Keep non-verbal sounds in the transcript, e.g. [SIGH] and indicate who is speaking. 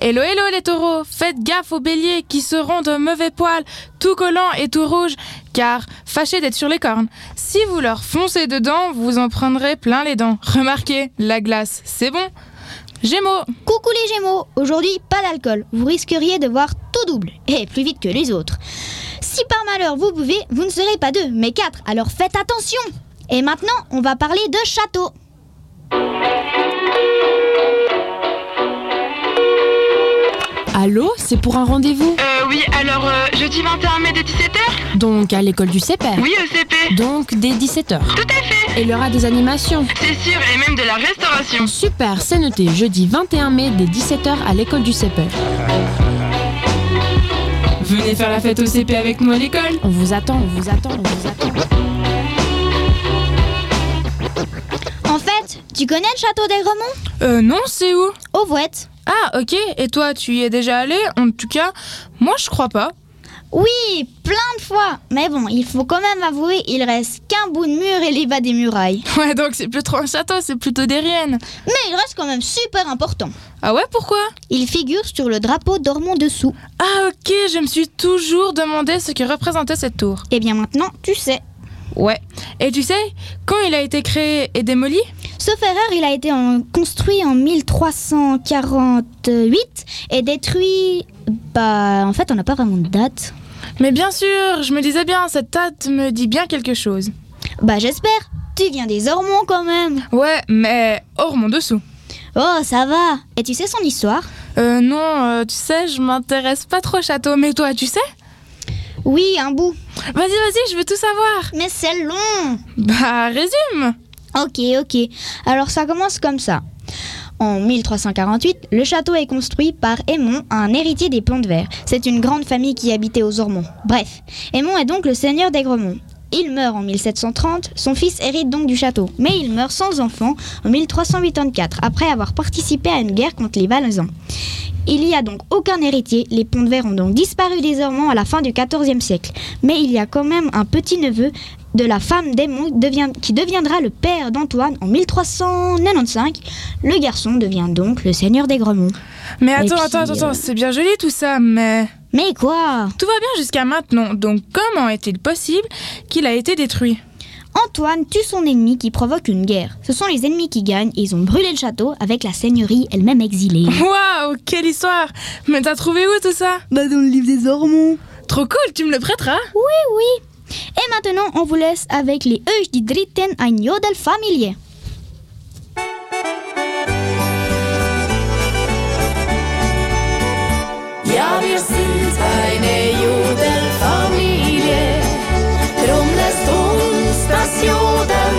Speaker 1: Hello, hello les taureaux, faites gaffe aux béliers qui seront de mauvais poils, tout collants et tout rouges, car fâchés d'être sur les cornes. Si vous leur foncez dedans, vous en prendrez plein les dents. Remarquez, la glace, c'est bon. Gémeaux,
Speaker 2: Coucou les Gémeaux, aujourd'hui pas d'alcool, vous risqueriez de voir tout double, et plus vite que les autres. Si par malheur vous buvez, vous ne serez pas deux, mais quatre, alors faites attention Et maintenant, on va parler de château.
Speaker 3: Allô, c'est pour un rendez-vous
Speaker 4: Euh, oui, alors euh, jeudi 21 mai dès 17h
Speaker 3: Donc à l'école du CPR.
Speaker 4: Oui, ECP.
Speaker 3: Donc dès 17h.
Speaker 4: Tout à fait,
Speaker 3: Et il y aura des animations.
Speaker 4: c'est sûr, et même de la restauration.
Speaker 3: Super, c'est noté jeudi 21 mai dès 17h à l'école du CPR.
Speaker 1: venez faire la fête au CP avec nous à l'école.
Speaker 3: On vous attend, on vous attend, on vous attend.
Speaker 2: En fait, tu connais le château d'Aigremont
Speaker 1: Euh non, c'est où
Speaker 2: Au Vouette.
Speaker 1: Ah ok, et toi tu y es déjà allé En tout cas, moi je crois pas. [LAUGHS]
Speaker 2: Oui, plein de fois Mais bon, il faut quand même avouer, il reste qu'un bout de mur et les bas des murailles.
Speaker 1: Ouais donc c'est plus trop un château, c'est plutôt des riennes.
Speaker 2: Mais il reste quand même super important.
Speaker 1: Ah ouais pourquoi
Speaker 2: Il figure sur le drapeau d'Ormont dessous.
Speaker 1: Ah ok, je me suis toujours demandé ce que représentait cette tour.
Speaker 2: Et Eh bien maintenant, tu sais.
Speaker 1: Ouais. Et tu sais, quand il a été créé et démoli
Speaker 2: Sauf erreur, il a été en- construit en 1348 et détruit. Bah, en fait, on n'a pas vraiment de date.
Speaker 1: Mais bien sûr, je me disais bien, cette date me dit bien quelque chose.
Speaker 2: Bah, j'espère. Tu viens des Ormonts quand même.
Speaker 1: Ouais, mais hors mon dessous.
Speaker 2: Oh, ça va. Et tu sais son histoire
Speaker 1: Euh non, euh, tu sais, je m'intéresse pas trop au château, mais toi, tu sais
Speaker 2: Oui, un bout.
Speaker 1: Vas-y, vas-y, je veux tout savoir.
Speaker 2: Mais c'est long.
Speaker 1: Bah, résume.
Speaker 2: Ok, ok. Alors, ça commence comme ça. En 1348, le château est construit par Aymon, un héritier des Ponts de Verre. C'est une grande famille qui habitait aux Ormonts. Bref, Aymon est donc le seigneur d'Aigremont. Il meurt en 1730, son fils hérite donc du château, mais il meurt sans enfant en 1384, après avoir participé à une guerre contre les Valaisans. Il n'y a donc aucun héritier, les Ponts de Verre ont donc disparu des Ormonts à la fin du XIVe siècle, mais il y a quand même un petit-neveu de la femme d'Aymon devient- qui deviendra le père d'Antoine en 1395, le garçon devient donc le seigneur d'Aigremont.
Speaker 1: Mais
Speaker 2: Et
Speaker 1: attends,
Speaker 2: puis,
Speaker 1: attends, attends,
Speaker 2: euh,
Speaker 1: c'est bien joli tout ça, mais
Speaker 2: Mais quoi
Speaker 1: tout va bien jusqu'à maintenant. Donc comment est-il possible qu'il a été détruit
Speaker 2: Antoine tue son ennemi qui provoque une guerre. Ce sont les ennemis qui gagnent et ils ont brûlé le château avec la seigneurie elle-même exilée.
Speaker 1: Waouh, quelle histoire Mais t'as trouvé où tout ça
Speaker 2: [LAUGHS] bah dans le livre des Ormonts
Speaker 1: Trop cool, tu me le prêteras
Speaker 2: Et maintenant, on vous laisse avec les Euch die Dritten ein Jodel Familie.
Speaker 5: Ja, wir sind